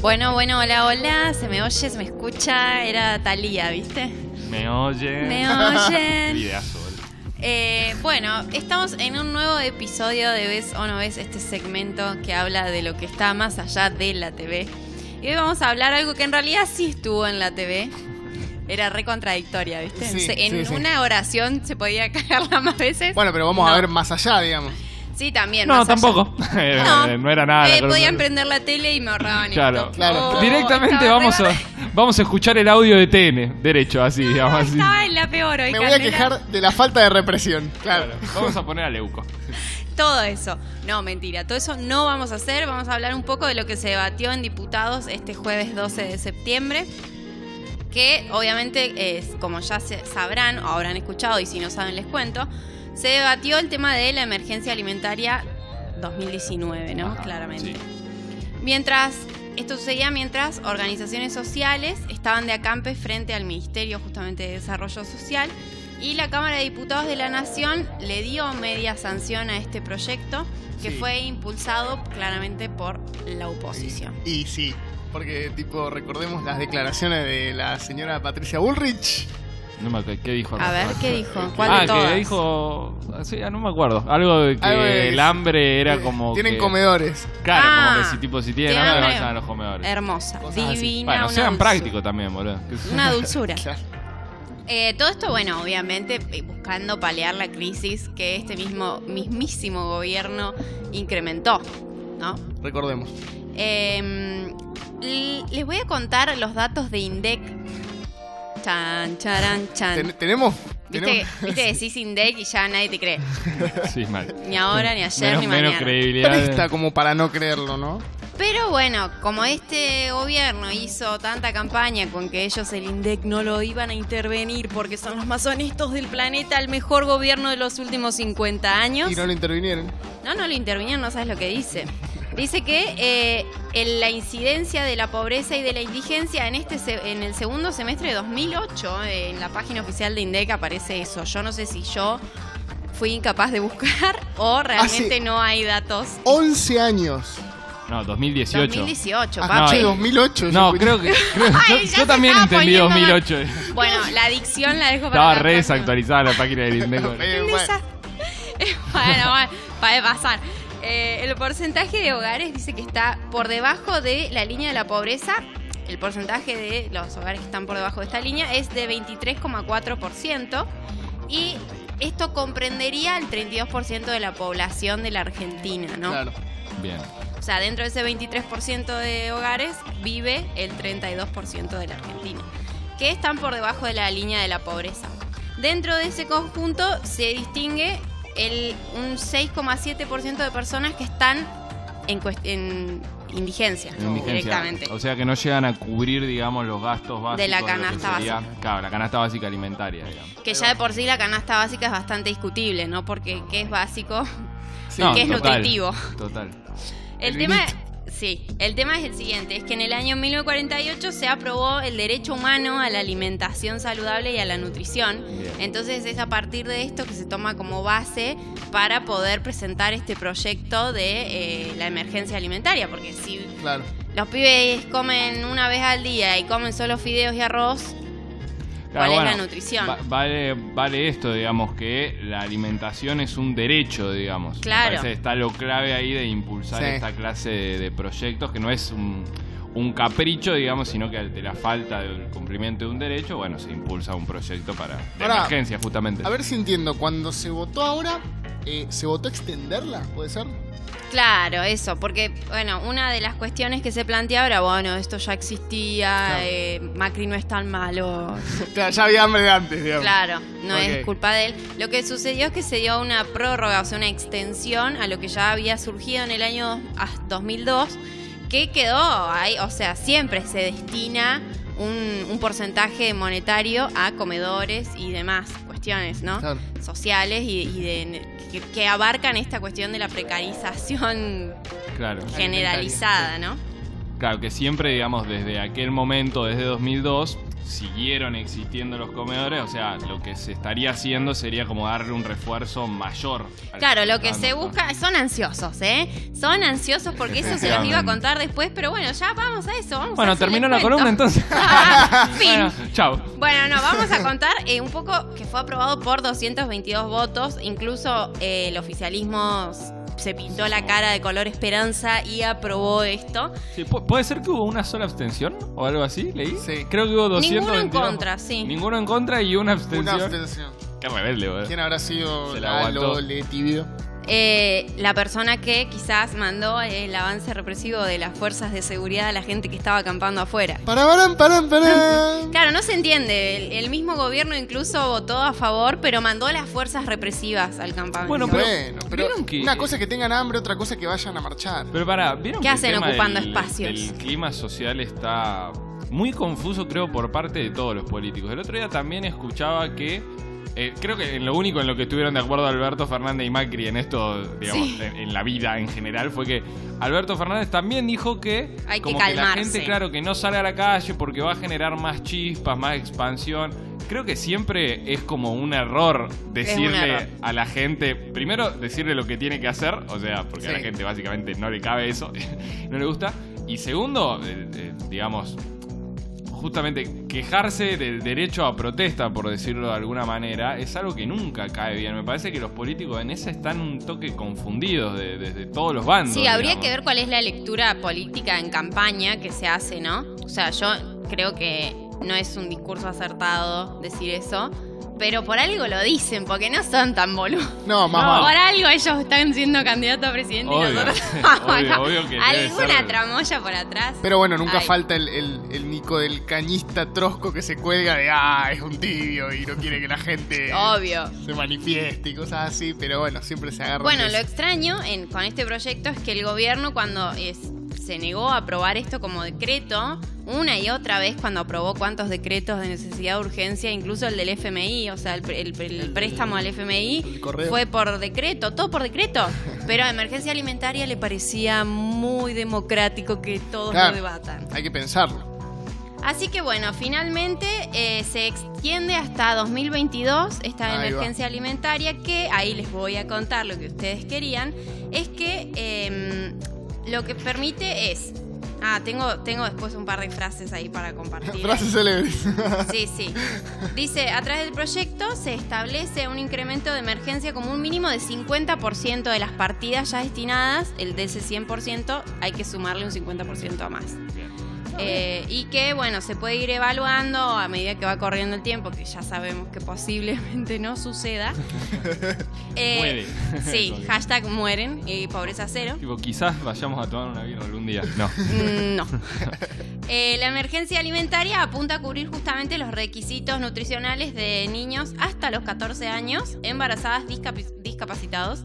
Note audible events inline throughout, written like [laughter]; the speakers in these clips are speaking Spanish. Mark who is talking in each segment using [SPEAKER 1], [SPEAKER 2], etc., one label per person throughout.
[SPEAKER 1] Bueno, bueno, hola, hola. ¿Se me oye? ¿Se me escucha? Era Talía, ¿viste?
[SPEAKER 2] Me oyen. [laughs]
[SPEAKER 1] ¿Me oyen?
[SPEAKER 2] Videazo.
[SPEAKER 1] Eh, bueno, estamos en un nuevo episodio de Ves o No Ves, este segmento que habla de lo que está más allá de la TV. Y hoy vamos a hablar algo que en realidad sí estuvo en la TV. Era re contradictoria, ¿viste?
[SPEAKER 3] Sí,
[SPEAKER 1] Se- en
[SPEAKER 3] sí, sí.
[SPEAKER 1] una oración se podía [laughs] cagarla más veces.
[SPEAKER 3] Bueno, pero vamos
[SPEAKER 1] No.
[SPEAKER 3] a ver más allá, digamos.
[SPEAKER 1] Sí, también.
[SPEAKER 2] No,
[SPEAKER 1] más allá.
[SPEAKER 2] tampoco. [laughs]
[SPEAKER 1] No.
[SPEAKER 2] No. era nada. la
[SPEAKER 1] Eh,
[SPEAKER 2] cosa.
[SPEAKER 1] podían prender la tele y me ahorraban
[SPEAKER 2] Claro.
[SPEAKER 1] esto.
[SPEAKER 3] Claro.
[SPEAKER 1] Oh,
[SPEAKER 2] Directamente
[SPEAKER 1] estaba
[SPEAKER 2] vamos
[SPEAKER 1] re
[SPEAKER 2] a,
[SPEAKER 1] barra-
[SPEAKER 2] vamos a escuchar el audio de TN.
[SPEAKER 1] [laughs]
[SPEAKER 2] Derecho, así, digamos así.
[SPEAKER 1] Estaba en la peor hoy,
[SPEAKER 3] Me voy a
[SPEAKER 1] Candela.
[SPEAKER 3] quejar de la falta de represión. Claro.
[SPEAKER 2] Claro. Vamos a poner a Leuco.
[SPEAKER 1] Todo eso. No, mentira. Todo eso no vamos a hacer. Vamos a hablar un poco de lo que se debatió en diputados este jueves 12 de septiembre. Que obviamente, es, como ya se- sabrán o habrán escuchado, y si no saben les cuento, se debatió el tema de la emergencia alimentaria 2019, ¿no?
[SPEAKER 2] Ajá,
[SPEAKER 1] Claramente.
[SPEAKER 2] sí.
[SPEAKER 1] Mientras, esto sucedía mientras organizaciones sociales estaban de acampe frente al Ministerio justamente de Desarrollo Social y la Cámara de Diputados de la Nación le dio media sanción a este proyecto que
[SPEAKER 3] Sí.
[SPEAKER 1] fue impulsado claramente por la oposición.
[SPEAKER 3] Y sí, porque tipo recordemos las declaraciones de la señora Patricia Bullrich.
[SPEAKER 2] No me acuerdo, ¿qué dijo?
[SPEAKER 1] A ver, ¿qué dijo? ¿Cuál
[SPEAKER 2] ah,
[SPEAKER 1] de todas?
[SPEAKER 2] que dijo... ah, Sí, ah, no me acuerdo. Algo de que
[SPEAKER 3] Algo de-
[SPEAKER 2] el hambre era como
[SPEAKER 3] [laughs] Tienen
[SPEAKER 2] que-
[SPEAKER 3] comedores.
[SPEAKER 2] Claro, como
[SPEAKER 1] Ah,
[SPEAKER 2] que si, tipo, si tienen
[SPEAKER 1] tiene
[SPEAKER 2] hambre,
[SPEAKER 1] hambre.
[SPEAKER 2] vayan a los comedores.
[SPEAKER 1] Hermosa,
[SPEAKER 3] Cosas así.
[SPEAKER 1] divina.
[SPEAKER 2] bueno,
[SPEAKER 1] una
[SPEAKER 2] sean
[SPEAKER 1] dulzura.
[SPEAKER 2] prácticos también, boludo. [laughs]
[SPEAKER 1] Una dulzura.
[SPEAKER 3] [laughs] Claro.
[SPEAKER 1] Eh, todo esto, bueno, obviamente eh, buscando paliar la crisis que este mismo mismísimo gobierno incrementó, ¿no?
[SPEAKER 3] Recordemos.
[SPEAKER 1] Eh, l- les voy a contar los datos de INDEC. Chan, charan,
[SPEAKER 3] Ten-
[SPEAKER 1] chan.
[SPEAKER 3] tenemos.
[SPEAKER 1] Ah. Viste,
[SPEAKER 3] [laughs] tenemos-
[SPEAKER 1] viste decís INDEC y ya nadie te cree.
[SPEAKER 2] Sí, mal.
[SPEAKER 1] Ni ahora, ni ayer,
[SPEAKER 2] menos,
[SPEAKER 1] ni
[SPEAKER 2] menos
[SPEAKER 1] mañana.
[SPEAKER 3] Presta
[SPEAKER 2] creíbilidad.
[SPEAKER 3] como para no creerlo, ¿no?
[SPEAKER 1] Pero bueno, como este gobierno hizo tanta campaña con que ellos el INDEC no lo iban a intervenir porque son los más honestos del planeta, el mejor gobierno de los últimos 50 años.
[SPEAKER 3] Y no lo intervinieron.
[SPEAKER 1] No, no lo intervinieron, no sabes lo que dice. Dice que eh, en la incidencia de la pobreza y de la indigencia en este se- en el segundo semestre de 2008, eh, en la página oficial de INDEC aparece eso. Yo no sé si yo fui incapaz de buscar [laughs]
[SPEAKER 3] Ah,
[SPEAKER 1] o realmente
[SPEAKER 3] Hace
[SPEAKER 1] no hay datos.
[SPEAKER 3] 11 años.
[SPEAKER 2] No, 2018.
[SPEAKER 1] 2018,
[SPEAKER 3] Ah,
[SPEAKER 1] papi.
[SPEAKER 3] che, 2008. yo
[SPEAKER 2] No,
[SPEAKER 3] fui- [laughs]
[SPEAKER 2] creo que...
[SPEAKER 1] [laughs]
[SPEAKER 2] creo- yo-
[SPEAKER 1] Ay, ya
[SPEAKER 2] yo
[SPEAKER 1] se
[SPEAKER 2] también
[SPEAKER 1] estaba
[SPEAKER 2] entendí
[SPEAKER 1] poniendo mal.
[SPEAKER 2] 2008.
[SPEAKER 1] Bueno, la adicción la dejo para la
[SPEAKER 2] Estaba re
[SPEAKER 1] próxima.
[SPEAKER 2] desactualizada la página del
[SPEAKER 1] [laughs]
[SPEAKER 2] Indeco.
[SPEAKER 3] Eh,
[SPEAKER 1] Un
[SPEAKER 3] bueno,
[SPEAKER 1] desastre. Eh, bueno, bueno, para pasar. Eh, el porcentaje de hogares dice que está por debajo de la línea de la pobreza. El porcentaje de los hogares que están por debajo de esta línea es de 23,4%. Y esto comprendería el 32% de la población de la Argentina, ¿no?
[SPEAKER 3] Claro.
[SPEAKER 2] Bien.
[SPEAKER 1] O sea, dentro de ese 23% de hogares vive el 32% de la Argentina, que están por debajo de la línea de la pobreza. Dentro de ese conjunto se distingue el, un 6,7% de personas que están en, cuest- en indigencia,
[SPEAKER 2] Indigencia.
[SPEAKER 1] directamente.
[SPEAKER 2] O sea que no llegan a cubrir, digamos, los gastos básicos.
[SPEAKER 1] De la
[SPEAKER 2] lo que
[SPEAKER 1] canasta
[SPEAKER 2] sería- Claro, la canasta básica alimentaria, digamos.
[SPEAKER 1] Que ya de por sí la canasta básica es bastante discutible, ¿no? Porque qué es básico
[SPEAKER 3] Sí.
[SPEAKER 1] que es nutritivo.
[SPEAKER 2] Total.
[SPEAKER 1] El
[SPEAKER 3] El
[SPEAKER 1] tema, sí, el tema es el siguiente, es que en el año 1948 se aprobó el derecho humano a la alimentación saludable y a la nutrición.
[SPEAKER 2] Bien.
[SPEAKER 1] Entonces es a partir de esto que se toma como base para poder presentar este proyecto de eh, la emergencia alimentaria, porque si
[SPEAKER 3] Claro.
[SPEAKER 1] los pibes comen una vez al día y comen solo fideos y arroz, ¿Cuál es la nutrición?
[SPEAKER 2] va- vale, vale esto, digamos, que la alimentación es un derecho, digamos. Me
[SPEAKER 1] Claro.
[SPEAKER 2] parece que está lo clave ahí de impulsar
[SPEAKER 3] Sí.
[SPEAKER 2] esta clase de, de proyectos, que no es un, un capricho, digamos, sino que ante la falta del cumplimiento de un derecho, bueno, se impulsa un proyecto para de
[SPEAKER 3] Ahora,
[SPEAKER 2] emergencia, justamente.
[SPEAKER 3] A ver si entiendo. Cuando se votó ahora, eh, ¿se votó extenderla? ¿Puede ser?
[SPEAKER 1] Claro, eso, porque, bueno, una de las cuestiones que se plantea ahora, bueno, esto ya existía,
[SPEAKER 3] Claro.
[SPEAKER 1] eh, Macri no es tan malo,
[SPEAKER 3] Claro, ya había hambre de antes, digamos.
[SPEAKER 1] Claro, no es
[SPEAKER 3] Ok.
[SPEAKER 1] culpa de él. Lo que sucedió es que se dio una prórroga, o sea, una extensión a lo que ya había surgido en el año ah, 2002, que quedó ahí, o sea, siempre se destina un, un porcentaje monetario a comedores y demás cuestiones, ¿no?
[SPEAKER 3] Claro.
[SPEAKER 1] Sociales y, y de- que, que abarcan esta cuestión de la precarización
[SPEAKER 2] Claro.
[SPEAKER 1] generalizada, ¿no?
[SPEAKER 2] Claro, que siempre, digamos, desde aquel momento, desde 2002, siguieron existiendo los comedores, o sea, lo que se estaría haciendo sería como darle un refuerzo mayor. al
[SPEAKER 1] Claro, lo que
[SPEAKER 2] ciudadano,
[SPEAKER 1] se
[SPEAKER 2] ¿no?
[SPEAKER 1] busca, son ansiosos, ¿eh? Son ansiosos porque eso se los iba a contar después, pero bueno, ya vamos a eso. Vamos a
[SPEAKER 2] Bueno,
[SPEAKER 1] hacer
[SPEAKER 2] terminó
[SPEAKER 1] el
[SPEAKER 2] la
[SPEAKER 1] cuento. [laughs]
[SPEAKER 2] columna entonces.
[SPEAKER 1] fin.
[SPEAKER 2] Bueno, chao.
[SPEAKER 1] Bueno, no, vamos a contar eh, un poco que fue aprobado por 222 votos, incluso eh, el oficialismo s- se pintó la cara de color esperanza y aprobó esto.
[SPEAKER 2] Sí, pu- ¿Puede ser que hubo una sola abstención o algo así? ¿Leí?
[SPEAKER 3] Sí.
[SPEAKER 2] Creo que hubo
[SPEAKER 1] Ninguno
[SPEAKER 2] 200.
[SPEAKER 1] en contra, sí.
[SPEAKER 2] Ninguno en contra y una
[SPEAKER 3] Una
[SPEAKER 2] abstención.
[SPEAKER 3] abstención.
[SPEAKER 2] Qué rebelde, boludo.
[SPEAKER 3] ¿Quién habrá sido
[SPEAKER 2] Se la aguantó.
[SPEAKER 3] Lalo Le Tibio?
[SPEAKER 1] Eh, la persona que quizás mandó el avance represivo de las fuerzas de seguridad a la gente que estaba acampando afuera.
[SPEAKER 3] Para, para, para, para.
[SPEAKER 1] [laughs] Claro, no se entiende. El, el mismo gobierno incluso votó a favor, pero mandó las fuerzas represivas al campamento.
[SPEAKER 2] Bueno, pero-
[SPEAKER 3] Bueno, pero
[SPEAKER 2] ¿vieron que-
[SPEAKER 3] una cosa es que tengan hambre, otra cosa es que vayan a marchar.
[SPEAKER 2] Pero pará, ¿vieron
[SPEAKER 1] ¿Qué
[SPEAKER 2] que el
[SPEAKER 1] hacen
[SPEAKER 2] tema
[SPEAKER 1] ocupando
[SPEAKER 2] del-
[SPEAKER 1] espacios?
[SPEAKER 2] El clima social está muy confuso, creo, por parte de todos los políticos. El otro día también escuchaba que. eh, creo que en lo único en lo que estuvieron de acuerdo Alberto Fernández y Macri en esto, digamos, en, en la vida en general, fue que Alberto Fernández también dijo que
[SPEAKER 1] Hay que
[SPEAKER 2] como la
[SPEAKER 1] calmarse.
[SPEAKER 2] gente, claro, que no salga a la calle porque va a generar más chispas, más expansión. Creo que siempre es como un error decirle
[SPEAKER 1] error.
[SPEAKER 2] a la gente, primero decirle lo que tiene que hacer, o sea, porque a la
[SPEAKER 3] Sí.
[SPEAKER 2] gente básicamente no le cabe eso, [laughs] no le gusta. Y segundo, eh, eh, digamos, justamente quejarse del derecho a protesta, por decirlo de alguna manera, es algo que nunca cae bien. Me parece que los políticos en esa están un toque confundidos de- desde todos los bandos.
[SPEAKER 1] Sí, habría
[SPEAKER 2] digamos.
[SPEAKER 1] que ver cuál es la lectura política en campaña que se hace, ¿no? O sea, yo creo que no es un discurso acertado decir eso, pero por algo lo dicen, porque no son tan boludos.
[SPEAKER 3] No, mamá.
[SPEAKER 1] Por algo ellos están siendo candidatos a presidente
[SPEAKER 2] Obvio.
[SPEAKER 1] y nosotros.
[SPEAKER 2] [laughs]
[SPEAKER 1] [laughs]
[SPEAKER 2] Obvio, obvio que debe
[SPEAKER 1] Alguna
[SPEAKER 2] ser.
[SPEAKER 1] tramoya por atrás.
[SPEAKER 3] Pero bueno, nunca
[SPEAKER 1] Ay.
[SPEAKER 3] falta el, el, el Nico del cañista trosco que se cuelga de, ah, es un tibio y no quiere que la gente
[SPEAKER 1] [laughs] Obvio.
[SPEAKER 3] se manifieste y cosas así, pero bueno, siempre se agarra.
[SPEAKER 1] Bueno, lo extraño en- con este proyecto es que el gobierno cuando es- se negó a aprobar esto como decreto, una y otra vez cuando aprobó cuántos decretos de necesidad de urgencia, incluso el del FMI, o sea, el, pre- el pre- el préstamo al FMI,
[SPEAKER 3] el correo.
[SPEAKER 1] fue por decreto, todo por decreto, pero a emergencia alimentaria le parecía muy democrático que todos
[SPEAKER 3] Claro.
[SPEAKER 1] lo debatan.
[SPEAKER 3] Hay que pensarlo.
[SPEAKER 1] Así que bueno, finalmente eh, se extiende hasta 2022 esta
[SPEAKER 3] Ahí va.
[SPEAKER 1] emergencia alimentaria que ahí les voy a contar lo que ustedes querían. Es que em, lo que permite es... Ah, tengo, tengo después un par de frases ahí para compartir. ¿eh?
[SPEAKER 3] Frases [laughs] célebres.
[SPEAKER 1] Sí, sí. Dice, a través del proyecto se establece un incremento de emergencia como un mínimo de 50% de las partidas ya destinadas, el de ese 100% hay que sumarle un 50% a más.
[SPEAKER 2] Bien.
[SPEAKER 1] Eh, y que, bueno, se puede ir evaluando a medida que va corriendo el tiempo, que ya sabemos que posiblemente no suceda. Eh,
[SPEAKER 2] Muere.
[SPEAKER 1] Sí, hashtag mueren y pobreza cero.
[SPEAKER 2] Tipo, quizás vayamos a tomar una birra algún día.
[SPEAKER 1] [laughs]
[SPEAKER 2] No.
[SPEAKER 1] Mm, No. Eh, la emergencia alimentaria apunta a cubrir justamente los requisitos nutricionales de niños hasta los 14 años, embarazadas, discapi- discapacitados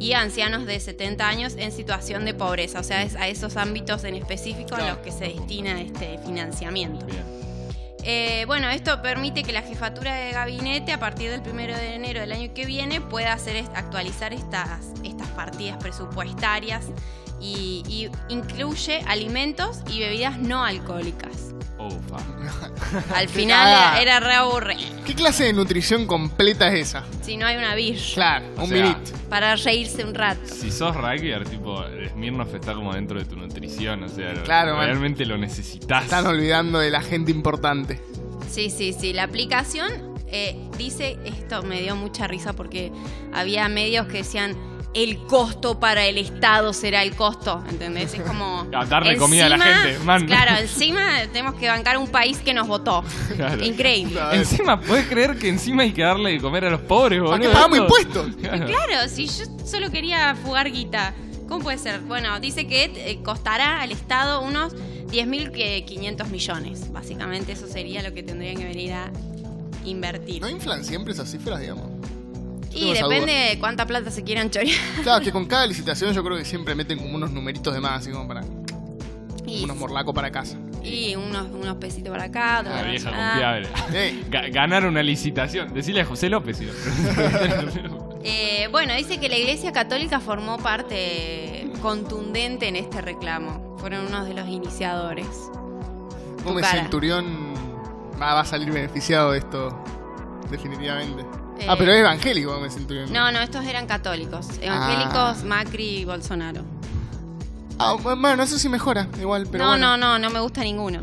[SPEAKER 1] y ancianos de 70 años en situación de pobreza. O sea, es a esos ámbitos en específico a los que se destina este financiamiento.
[SPEAKER 2] Bien.
[SPEAKER 1] Eh, bueno, esto permite que la jefatura de gabinete a partir del 1 de enero del año que viene pueda hacer est- actualizar estas, estas partidas presupuestarias y, y incluye alimentos y bebidas no alcohólicas.
[SPEAKER 2] Ufa.
[SPEAKER 1] Al final
[SPEAKER 3] cagada.
[SPEAKER 1] era re aburre.
[SPEAKER 3] ¿Qué clase de nutrición completa es esa?
[SPEAKER 1] Si no hay una birra
[SPEAKER 3] Claro,
[SPEAKER 2] O
[SPEAKER 3] un
[SPEAKER 2] sea,
[SPEAKER 3] minute.
[SPEAKER 1] para reírse un rato.
[SPEAKER 2] Si sos rugby, tipo, el Smirnoff está como dentro de tu nutrición, o sea, lo-
[SPEAKER 3] Claro, man.
[SPEAKER 2] realmente lo necesitas.
[SPEAKER 3] Están olvidando de la gente importante.
[SPEAKER 1] Sí, sí, sí. La aplicación eh, dice, esto me dio mucha risa porque había medios que decían el costo para el Estado será el costo, ¿entendés? Es como...
[SPEAKER 2] [laughs] A darle comida a la gente, man.
[SPEAKER 1] Claro, encima tenemos que bancar un país que nos votó.
[SPEAKER 2] Claro.
[SPEAKER 1] Increíble.
[SPEAKER 2] Encima, ¿puedes creer que encima hay que darle de comer a los pobres, boludo?
[SPEAKER 3] ¿Para qué pagamos
[SPEAKER 2] Esto- [laughs]
[SPEAKER 3] impuestos?
[SPEAKER 2] Claro.
[SPEAKER 1] Claro, si yo solo quería fugar guita, ¿cómo puede ser? Bueno, dice que eh, costará al Estado unos 10.500 millones. Básicamente eso sería lo que tendrían que venir a invertir.
[SPEAKER 3] ¿No inflan siempre esas cifras, digamos?
[SPEAKER 1] Y
[SPEAKER 3] tengo esa
[SPEAKER 1] depende de cuánta plata se quieran chorear.
[SPEAKER 3] [laughs] Claro, que con cada licitación yo creo que siempre meten como unos numeritos de más, así como para
[SPEAKER 1] Y,
[SPEAKER 3] unos morlacos
[SPEAKER 1] [laughs]
[SPEAKER 3] para casa.
[SPEAKER 1] y unos, unos pesitos para acá, otros
[SPEAKER 2] La
[SPEAKER 1] para
[SPEAKER 2] Ah, vieja
[SPEAKER 1] allá.
[SPEAKER 2] confiable.
[SPEAKER 3] Eh,
[SPEAKER 2] Ga- ganar una licitación. Decirle a José López. si lo-
[SPEAKER 1] Eh, bueno, dice que la Iglesia Católica formó parte contundente en este reclamo. Fueron unos de los iniciadores.
[SPEAKER 3] Gómez
[SPEAKER 1] cara.
[SPEAKER 3] Centurión Va, va a salir beneficiado de esto, definitivamente.
[SPEAKER 1] Eh,
[SPEAKER 3] Ah, pero es evangélico, me siento bien.
[SPEAKER 1] No, no, estos eran católicos. Evangélicos, Macri y Bolsonaro.
[SPEAKER 3] Ah, bueno, eso sí mejora, igual, pero
[SPEAKER 1] no, no,
[SPEAKER 3] bueno.
[SPEAKER 1] no, no me gusta
[SPEAKER 2] [laughs]
[SPEAKER 1] ninguno.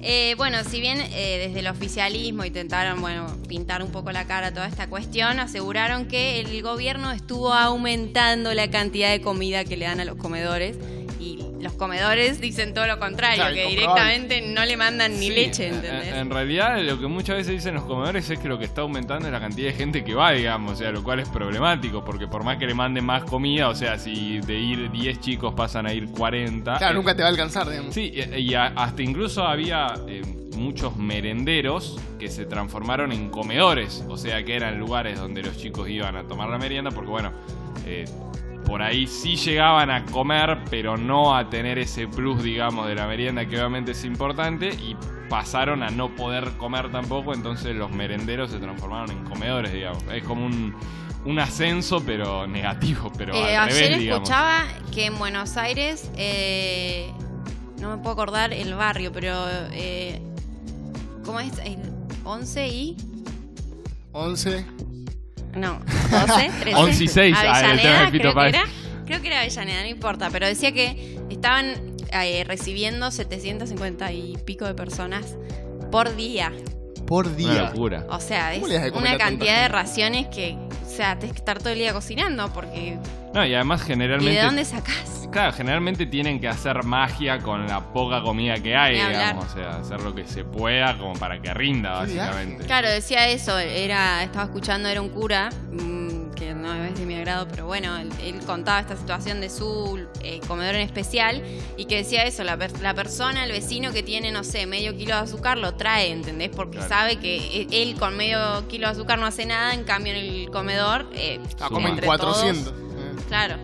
[SPEAKER 1] Eh, bueno, si bien eh, desde el oficialismo intentaron bueno, pintar un poco la cara a toda esta cuestión, aseguraron que el gobierno estuvo aumentando la cantidad de comida que le dan a los comedores y los comedores dicen todo lo contrario,
[SPEAKER 3] Claro,
[SPEAKER 1] que
[SPEAKER 3] comprobable.
[SPEAKER 1] directamente no le mandan [laughs] ni
[SPEAKER 2] Sí,
[SPEAKER 1] leche,
[SPEAKER 2] en-
[SPEAKER 1] ¿entendés? Eh,
[SPEAKER 2] En, realidad, lo que muchas veces dicen los comedores es que lo que está aumentando es la cantidad de gente que va, digamos, o sea, lo cual es problemático, porque por más que le manden más comida, o sea, si de ir 10 chicos pasan a ir 40.
[SPEAKER 3] Claro,
[SPEAKER 2] eh,
[SPEAKER 3] nunca te va a alcanzar, digamos.
[SPEAKER 2] Sí, y, y a- hasta incluso había eh, muchos merenderos que se transformaron en comedores, o sea que eran lugares donde los chicos iban a tomar la merienda, porque bueno, eh, por ahí sí llegaban a comer, pero no a tener ese plus, digamos, de la merienda que obviamente es importante, y pasaron a no poder comer tampoco, entonces los merenderos se transformaron en comedores, digamos. Es como un, un ascenso, pero negativo, pero
[SPEAKER 1] Eh,
[SPEAKER 2] al
[SPEAKER 1] ayer
[SPEAKER 2] revés, digamos.
[SPEAKER 1] escuchaba que en Buenos Aires, eh, no me puedo acordar el barrio, pero eh, ¿cómo es? El 11 y...
[SPEAKER 3] 11.
[SPEAKER 1] No,
[SPEAKER 2] [laughs]
[SPEAKER 1] 12, 13.
[SPEAKER 2] 11 y seis, ah, el tema de
[SPEAKER 1] Avellaneda,
[SPEAKER 2] Fito
[SPEAKER 1] creo que
[SPEAKER 2] Páez.
[SPEAKER 1] era. Creo que era Avellaneda, no importa, pero decía que estaban eh, recibiendo 750 y pico de personas por día.
[SPEAKER 3] Por
[SPEAKER 2] Una
[SPEAKER 3] día.
[SPEAKER 2] locura.
[SPEAKER 1] O sea, es
[SPEAKER 3] ¿Cómo le das de comer
[SPEAKER 1] una
[SPEAKER 3] a tanta
[SPEAKER 1] cantidad de
[SPEAKER 3] gente?
[SPEAKER 1] raciones que, o sea, tenés que estar todo el día cocinando porque...
[SPEAKER 2] No, y además
[SPEAKER 1] ¿Y
[SPEAKER 2] generalmente
[SPEAKER 1] de dónde sacás?
[SPEAKER 2] Claro, generalmente tienen que hacer magia con la poca comida que hay,
[SPEAKER 1] Ni hablar.
[SPEAKER 2] digamos. O sea, hacer lo que se pueda como para que rinda,
[SPEAKER 3] Sí,
[SPEAKER 2] básicamente.
[SPEAKER 1] Claro, decía eso, era, estaba escuchando, era un cura, mm, que no es de mi agrado, pero bueno, él, él contaba esta situación de su eh, comedor en especial y que decía eso, la, per- la persona, el vecino que tiene, no sé, medio kilo de azúcar lo trae, ¿entendés? Porque
[SPEAKER 2] Claro.
[SPEAKER 1] sabe que e- él con medio kilo de azúcar no hace nada, en cambio en el comedor... Eh,
[SPEAKER 3] Ah,
[SPEAKER 2] Sí.
[SPEAKER 3] comen
[SPEAKER 1] entre
[SPEAKER 3] 400.
[SPEAKER 1] todos-
[SPEAKER 3] Eh,
[SPEAKER 1] claro.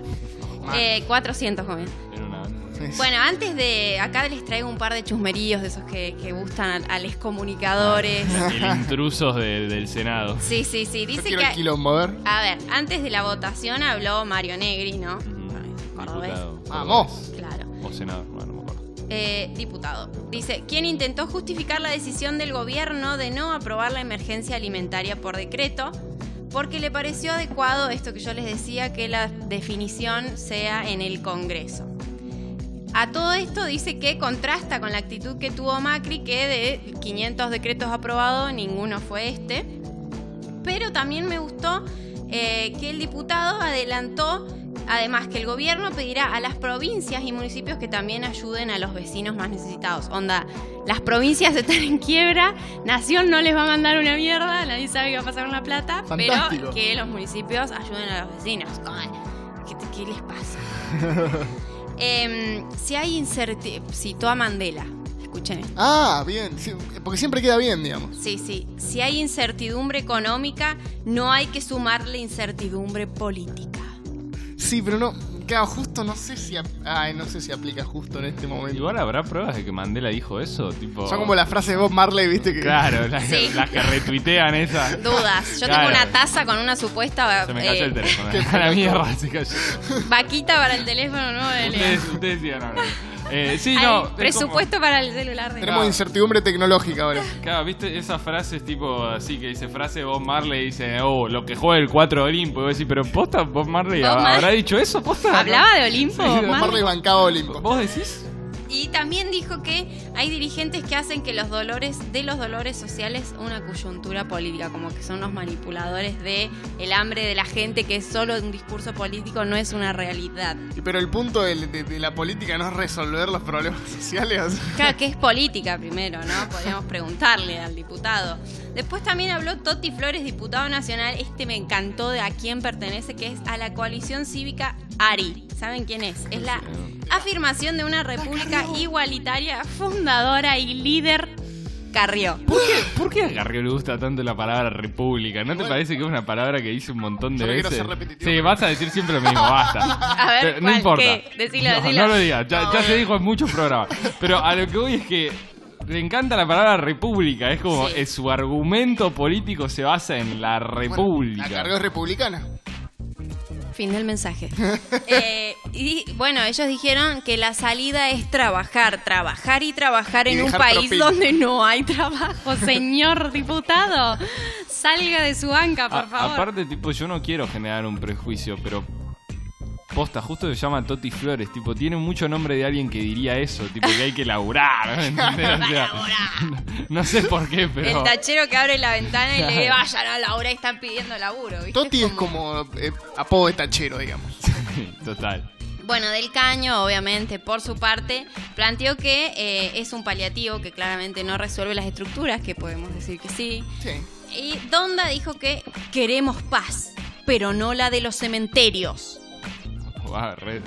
[SPEAKER 3] mal.
[SPEAKER 1] Eh, 400
[SPEAKER 3] [laughs]
[SPEAKER 1] comen.
[SPEAKER 2] Era una-
[SPEAKER 3] es-
[SPEAKER 1] Bueno, antes de... Acá les traigo un par de chusmeríos de esos que, que gustan a, a los comunicadores.
[SPEAKER 2] El intrusos de- del Senado.
[SPEAKER 1] Sí, sí, sí.
[SPEAKER 3] Ah. Yo
[SPEAKER 1] Dice
[SPEAKER 3] quiero
[SPEAKER 1] que...
[SPEAKER 3] el quilombo, a ver.
[SPEAKER 1] A ver, antes de la votación habló Mario Negri, ¿no? Cordobés.
[SPEAKER 2] Diputado.
[SPEAKER 3] Vamos.
[SPEAKER 1] Claro.
[SPEAKER 2] O senador, bueno, no me acuerdo.
[SPEAKER 1] Eh, diputado. Dice, quien intentó justificar la decisión del gobierno de no aprobar la emergencia alimentaria por decreto, porque le pareció adecuado esto que yo les decía, que la definición sea en el Congreso. A todo esto dice que contrasta con la actitud que tuvo Macri, que de 500 decretos aprobados, ninguno fue este. Pero también me gustó eh, que el diputado adelantó, además, que el gobierno pedirá a las provincias y municipios que también ayuden a los vecinos más necesitados. Onda, las provincias están en quiebra, Nación no les va a mandar una mierda, nadie sabe qué va a pasar con la plata,
[SPEAKER 3] Fantástico.
[SPEAKER 1] pero que los municipios ayuden a los vecinos. Con- ¿Qué, qué les pasa?
[SPEAKER 2] [laughs]
[SPEAKER 1] Em, si hay incertidumbre, citó a Mandela, escuchen esto.
[SPEAKER 3] Ah, bien. sí, porque siempre queda bien, digamos.
[SPEAKER 1] Sí, sí. Si hay incertidumbre económica, no hay que sumarle incertidumbre política.
[SPEAKER 3] Sí, pero no. Claro, justo no sé si. ap- Ay, no sé si aplica justo en este momento.
[SPEAKER 2] Igual habrá pruebas de que Mandela dijo eso, tipo.
[SPEAKER 3] Son como las frases de Bob Marley, viste que.
[SPEAKER 2] Claro, las,
[SPEAKER 1] Sí.
[SPEAKER 2] las que retuitean esa.
[SPEAKER 1] Dudas. Yo
[SPEAKER 2] Claro.
[SPEAKER 1] tengo una taza con una supuesta
[SPEAKER 2] Se me cayó
[SPEAKER 1] eh,
[SPEAKER 2] el teléfono. [laughs] A la mierda, se cayó.
[SPEAKER 1] vaquita para el teléfono nuevo de Lea.
[SPEAKER 2] Ustedes, ustedes sigan hablando. Eh, sí,
[SPEAKER 1] Hay
[SPEAKER 2] no. es como-
[SPEAKER 1] presupuesto para el celular de
[SPEAKER 3] Tenemos incertidumbre tecnológica ahora.
[SPEAKER 2] Claro, viste esas frases tipo así que dice frase Bob Marley dice, oh, lo que juega el 4 de Olimpo. Y vos decís, pero posta, Bob Marley
[SPEAKER 1] Bob Mar-
[SPEAKER 2] habrá dicho eso, posta.
[SPEAKER 1] ¿Hablaba de Olimpo?
[SPEAKER 2] Sí, de
[SPEAKER 3] Bob
[SPEAKER 1] Mar-
[SPEAKER 3] Marley bancaba Olimpo.
[SPEAKER 2] ¿Vos decís?
[SPEAKER 1] Y también dijo que hay dirigentes que hacen que los dolores de los dolores sociales una coyuntura política, como que son los manipuladores de el hambre de la gente, que es solo un discurso político, no es una realidad.
[SPEAKER 3] Y Pero el punto del- de, de la política no es resolver los problemas [laughs] sociales.
[SPEAKER 1] Claro, que es política primero, ¿no? Podríamos preguntarle al diputado. Después también habló Toti Flores, diputado nacional. Este me encantó de a quién pertenece, que es a la coalición cívica ARI. ¿Saben quién es? Es la afirmación de una república igualitaria, fundadora y líder Carrió.
[SPEAKER 2] ¿Por qué, ¿Por qué a Carrió le gusta tanto la palabra república? ¿No te
[SPEAKER 3] Bueno.
[SPEAKER 2] parece que es una palabra que dice un montón de
[SPEAKER 3] Yo no quiero
[SPEAKER 2] veces?
[SPEAKER 3] ser repetitivo.
[SPEAKER 2] sí, vas a decir siempre lo mismo, basta.
[SPEAKER 1] [laughs] A ver,
[SPEAKER 2] Pero no
[SPEAKER 1] ¿cuál?
[SPEAKER 2] importa.
[SPEAKER 1] ¿Qué? Decilo,
[SPEAKER 2] no,
[SPEAKER 1] decilo.
[SPEAKER 2] no lo digas, ya,
[SPEAKER 3] No,
[SPEAKER 2] ya se
[SPEAKER 3] bueno.
[SPEAKER 2] dijo en muchos programas. Pero a lo que voy es que le encanta la palabra república, es como
[SPEAKER 1] Sí.
[SPEAKER 2] eh, su argumento político se basa en la república.
[SPEAKER 3] La carga es republicana.
[SPEAKER 2] [laughs]
[SPEAKER 1] Fin del mensaje. Eh, Y bueno, ellos dijeron que la salida es trabajar, trabajar y trabajar
[SPEAKER 3] Y
[SPEAKER 1] en un
[SPEAKER 3] dejar
[SPEAKER 1] país
[SPEAKER 3] propina.
[SPEAKER 1] donde no hay
[SPEAKER 2] [laughs]
[SPEAKER 1] trabajo, señor diputado. Salga de su banca, Ah, por
[SPEAKER 2] A-
[SPEAKER 1] favor. [laughs]
[SPEAKER 2] Aparte, tipo, yo no quiero generar un prejuicio, pero. Posta, justo se llama Toti Flores, tipo, tiene mucho nombre de alguien que diría eso, tipo, que hay que laburar,
[SPEAKER 1] [laughs]
[SPEAKER 2] ¿me entendés? [laughs] O sea, no sé por qué, pero...
[SPEAKER 1] El tachero que abre la ventana y le
[SPEAKER 2] Claro.
[SPEAKER 1] vayan a la hora y están pidiendo laburo. ¿viste?
[SPEAKER 3] Toti es como eh, apodo de tachero, digamos.
[SPEAKER 2] [laughs] Total.
[SPEAKER 1] Bueno, Del Caño, obviamente, por su parte, planteó que eh, es un paliativo que claramente no resuelve las estructuras, que podemos decir que sí.
[SPEAKER 3] Sí.
[SPEAKER 1] Y Donda dijo que queremos paz, pero no la de los cementerios.
[SPEAKER 2] Guau, re-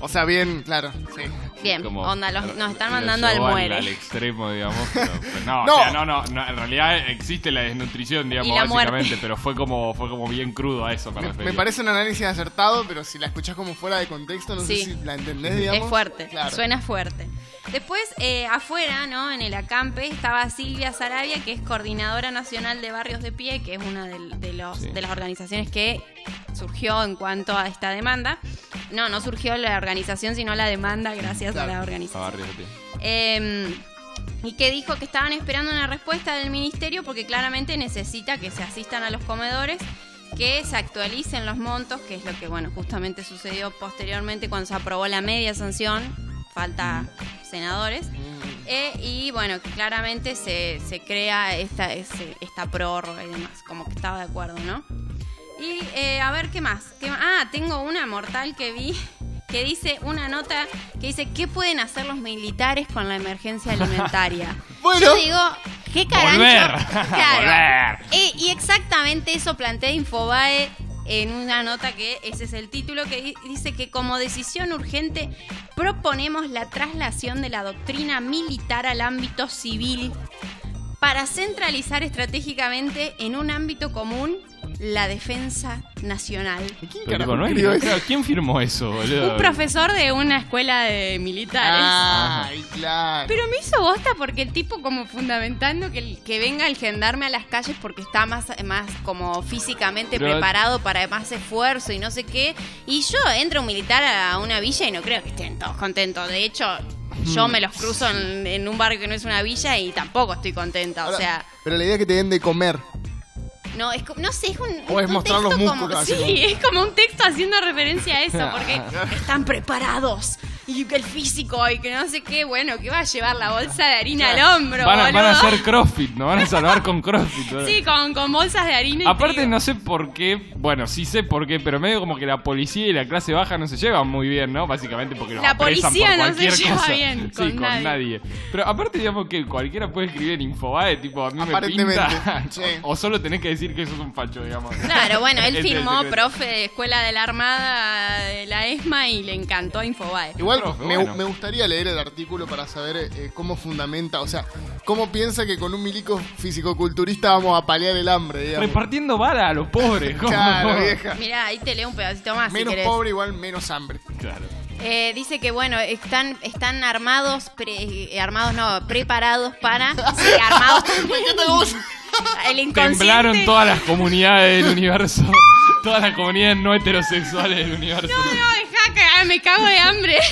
[SPEAKER 3] O sea, bien, claro, sí.
[SPEAKER 1] Bien,
[SPEAKER 2] como-
[SPEAKER 1] onda, los- nos están
[SPEAKER 2] lo
[SPEAKER 1] mandando al
[SPEAKER 2] llevó
[SPEAKER 1] muere.
[SPEAKER 2] Al, extremo, digamos.
[SPEAKER 1] [laughs]
[SPEAKER 2] pero- pero no, o
[SPEAKER 3] No.
[SPEAKER 2] sea, no, no, no, en realidad existe la desnutrición, digamos,
[SPEAKER 1] Y la muerte.
[SPEAKER 2] básicamente, pero fue como, fue como bien crudo a eso, me,
[SPEAKER 3] Me, me
[SPEAKER 2] refería.
[SPEAKER 3] parece un análisis acertado, pero si la escuchás como fuera de contexto, no
[SPEAKER 1] Sí.
[SPEAKER 3] sé si la entendés, digamos.
[SPEAKER 1] Es fuerte,
[SPEAKER 3] Claro.
[SPEAKER 1] suena fuerte. Después, eh, afuera, ¿no? En el acampe estaba Silvia Sarabia, que es coordinadora nacional de Barrios de Pie, que es una del- de, los,
[SPEAKER 2] Sí.
[SPEAKER 1] de las organizaciones que surgió en cuanto a esta demanda. No, no surgió la organización, sino la demanda gracias
[SPEAKER 3] Claro.
[SPEAKER 1] a la
[SPEAKER 2] Ah,
[SPEAKER 1] organización.
[SPEAKER 2] barrio, sí.
[SPEAKER 1] Eh, y que dijo que estaban esperando una respuesta del ministerio porque claramente necesita que se asistan a los comedores, que se actualicen los montos, que es lo que bueno justamente sucedió posteriormente cuando se aprobó la media sanción, falta senadores.
[SPEAKER 3] Mm,
[SPEAKER 1] Eh, y bueno, que claramente se, se crea esta, ese- esta prórroga y demás, como que estaba de acuerdo, ¿no? Y eh, a ver qué más. ¿Qué ma- Ah, tengo una mortal que vi que dice una nota que dice ¿qué pueden hacer los militares con la emergencia alimentaria?
[SPEAKER 3] Bueno.
[SPEAKER 1] Yo digo, qué carajo.
[SPEAKER 2] [laughs] Volver. Volver.
[SPEAKER 1] Eh, y exactamente eso plantea Infobae en una nota que ese es el título que di- dice que como decisión urgente proponemos la traslación de la doctrina militar al ámbito civil para centralizar estratégicamente en un ámbito común la defensa nacional.
[SPEAKER 3] ¿Quién
[SPEAKER 2] Pero,
[SPEAKER 3] carajo
[SPEAKER 2] tipo, no es-
[SPEAKER 3] escribió eso?
[SPEAKER 2] claro, ¿Quién firmó eso, boludo?
[SPEAKER 1] Un profesor de una escuela de militares.
[SPEAKER 3] Ah, Ay, claro.
[SPEAKER 1] Pero me hizo bosta porque el tipo como fundamentando que, el- que venga el gendarme a las calles porque está más, más como físicamente
[SPEAKER 2] Pero-
[SPEAKER 1] preparado para más esfuerzo y no sé qué. Y yo entro un militar a una villa y no creo que estén todos contentos. De hecho, yo
[SPEAKER 3] Mm.
[SPEAKER 1] me los cruzo en, en un barrio que no es una villa y tampoco estoy contenta.
[SPEAKER 3] Ahora,
[SPEAKER 1] o sea,
[SPEAKER 3] pero la idea es que te den de comer.
[SPEAKER 1] no, es, co- no sé, es un,
[SPEAKER 3] O es
[SPEAKER 1] un
[SPEAKER 3] mostrar los
[SPEAKER 1] texto
[SPEAKER 3] músculos,
[SPEAKER 1] Como,
[SPEAKER 3] así
[SPEAKER 1] sí, es como un texto haciendo referencia a eso,
[SPEAKER 2] [laughs]
[SPEAKER 1] porque están preparados. Y que el físico, y que no sé qué, bueno, que va a llevar la bolsa de harina al hombro,
[SPEAKER 2] Van a, van a
[SPEAKER 1] boludo.
[SPEAKER 2] hacer crossfit, ¿no? Van a salvar con crossfit. boludo.
[SPEAKER 1] Sí, con, con bolsas de harina. y
[SPEAKER 2] Aparte,
[SPEAKER 1] trigo.
[SPEAKER 2] no sé por qué. Bueno, sí sé por qué, pero medio como que la policía y la clase baja no se llevan muy bien, ¿no? Básicamente porque los
[SPEAKER 1] La
[SPEAKER 2] apresan
[SPEAKER 1] policía
[SPEAKER 2] por
[SPEAKER 1] no se
[SPEAKER 2] cualquier
[SPEAKER 1] lleva
[SPEAKER 2] cosa.
[SPEAKER 1] bien
[SPEAKER 2] sí,
[SPEAKER 1] con
[SPEAKER 2] con nadie.
[SPEAKER 1] nadie.
[SPEAKER 2] Pero aparte, digamos que cualquiera puede escribir en Infobae, tipo, a mí me
[SPEAKER 3] Aparentemente,
[SPEAKER 2] pinta.
[SPEAKER 3] sí.
[SPEAKER 2] [laughs] O, o solo tenés que decir que sos un facho, digamos.
[SPEAKER 1] Claro, bueno, él
[SPEAKER 2] [laughs] Ese es el
[SPEAKER 1] firmó
[SPEAKER 2] secreto.
[SPEAKER 1] profe de Escuela de la Armada de la ESMA y le encantó Infobae.
[SPEAKER 3] Igual
[SPEAKER 2] Profe,
[SPEAKER 3] me,
[SPEAKER 2] bueno.
[SPEAKER 3] me gustaría leer el artículo para saber eh, cómo fundamenta, o sea, cómo piensa que con un milico fisicoculturista vamos a paliar el hambre, digamos.
[SPEAKER 2] Repartiendo bala a los pobres. ¿cómo?
[SPEAKER 3] Claro, vieja.
[SPEAKER 1] Mirá, ahí te leo un pedacito más si
[SPEAKER 3] Menos
[SPEAKER 1] querés.
[SPEAKER 3] pobre igual menos hambre.
[SPEAKER 2] Claro.
[SPEAKER 1] Eh, dice que bueno, están, están armados, pre- eh, armados no, preparados
[SPEAKER 3] [laughs]
[SPEAKER 1] para. Sí, armados también. El inconsciente.
[SPEAKER 2] Temblaron todas las comunidades del universo. [laughs] todas las comunidades no heterosexuales del universo.
[SPEAKER 1] No, no, dejá que ah, me cago de hambre. [laughs]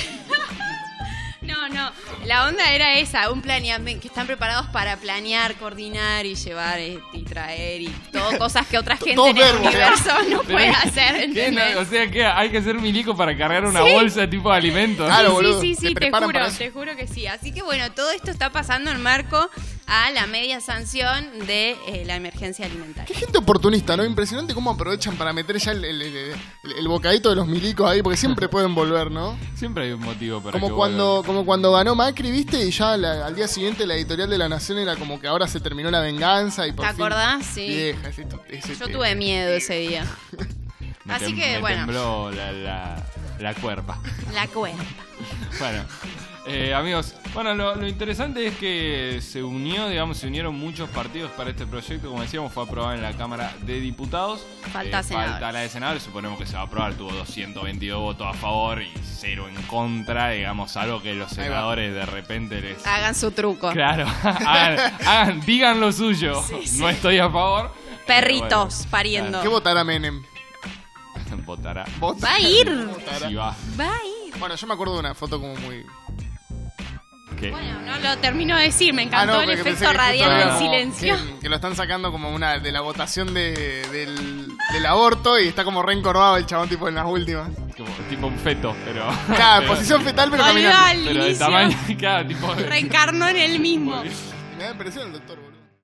[SPEAKER 1] No, no. La onda era esa, un planeamiento, que están preparados para planear, coordinar y llevar eh, y traer y todo cosas que otra gente
[SPEAKER 3] todo
[SPEAKER 1] en el
[SPEAKER 3] verbo,
[SPEAKER 1] universo no
[SPEAKER 2] Pero
[SPEAKER 1] puede
[SPEAKER 2] es-
[SPEAKER 1] hacer,
[SPEAKER 2] [laughs] ¿Qué? No,
[SPEAKER 1] ¿entendés?
[SPEAKER 2] o sea que hay que ser milico para cargar una
[SPEAKER 1] Sí. Ah.
[SPEAKER 2] bolsa tipo de alimentos.
[SPEAKER 3] Claro,
[SPEAKER 1] Sí,
[SPEAKER 3] Ah, boludo,
[SPEAKER 1] sí,
[SPEAKER 3] te
[SPEAKER 1] sí, sí, te
[SPEAKER 3] preparan para
[SPEAKER 1] juro,
[SPEAKER 3] eso.
[SPEAKER 1] te juro que sí. Así que bueno, todo esto está pasando en marco a la media sanción de eh, la emergencia
[SPEAKER 3] Qué
[SPEAKER 1] alimentaria.
[SPEAKER 3] gente oportunista, ¿no? Impresionante cómo aprovechan para meter ya el, el- el- el- el bocadito de los milicos ahí, porque siempre [laughs] pueden volver, ¿no?
[SPEAKER 2] Siempre hay un motivo para que
[SPEAKER 3] Como cuando,
[SPEAKER 2] vuelvan.
[SPEAKER 3] como cuando ganó Macri, ¿viste? Y ya la- al día siguiente la editorial de La Nación era como que ahora se terminó la venganza y por
[SPEAKER 1] ¿Te
[SPEAKER 3] fin-
[SPEAKER 1] acordás? Sí.
[SPEAKER 3] Vieja, ese- ese-
[SPEAKER 1] Yo tuve miedo ese día.
[SPEAKER 2] Me
[SPEAKER 1] así
[SPEAKER 2] tem-
[SPEAKER 1] que,
[SPEAKER 2] me
[SPEAKER 1] bueno.
[SPEAKER 2] tembló la, la, la cuerpa. [laughs]
[SPEAKER 1] La cuenta.
[SPEAKER 2] Bueno, eh, amigos, bueno, lo, lo interesante es que se unió, digamos, se unieron muchos partidos para este proyecto. Como decíamos, fue aprobado en la Cámara de Diputados. Eh,
[SPEAKER 1] Falta senadores.
[SPEAKER 2] Falta la de senadores, suponemos que se va a aprobar. Tuvo 222 votos a favor y cero en contra, digamos, algo que los
[SPEAKER 3] Ahí va.
[SPEAKER 2] senadores de repente les...
[SPEAKER 1] Hagan su truco.
[SPEAKER 2] Claro,
[SPEAKER 1] [laughs]
[SPEAKER 2] hagan, hagan- digan lo suyo. No estoy a favor.
[SPEAKER 1] Perritos
[SPEAKER 2] Pero bueno,
[SPEAKER 1] pariendo.
[SPEAKER 3] ¿Qué votará Menem?
[SPEAKER 2] claro. Eh, [laughs] votará.
[SPEAKER 1] Va a ir.
[SPEAKER 2] Si va.
[SPEAKER 1] Va a ir.
[SPEAKER 3] [laughs] Bueno, yo me acuerdo de una foto como muy.
[SPEAKER 2] ¿Qué?
[SPEAKER 1] Bueno, no lo termino de decir, me
[SPEAKER 3] Ah,
[SPEAKER 1] encantó
[SPEAKER 3] no,
[SPEAKER 1] el
[SPEAKER 3] porque pensé
[SPEAKER 1] efecto
[SPEAKER 3] que justo
[SPEAKER 1] radial
[SPEAKER 3] era
[SPEAKER 1] del
[SPEAKER 3] como
[SPEAKER 1] silencio.
[SPEAKER 3] Que, que lo están sacando como una de la votación de, del, del aborto y está como reencorvado el chabón, tipo en las
[SPEAKER 2] [laughs]
[SPEAKER 3] últimas.
[SPEAKER 2] Como, tipo un feto, pero. [laughs]
[SPEAKER 3] Claro,
[SPEAKER 2] pero-
[SPEAKER 3] posición fetal, pero
[SPEAKER 1] Volvió
[SPEAKER 3] caminando.
[SPEAKER 1] al
[SPEAKER 2] Pero de
[SPEAKER 1] inicio,
[SPEAKER 2] tamaño. [laughs] Claro, tipo.
[SPEAKER 1] reencarnó en el mismo.
[SPEAKER 3] Me da impresión el doctor, boludo.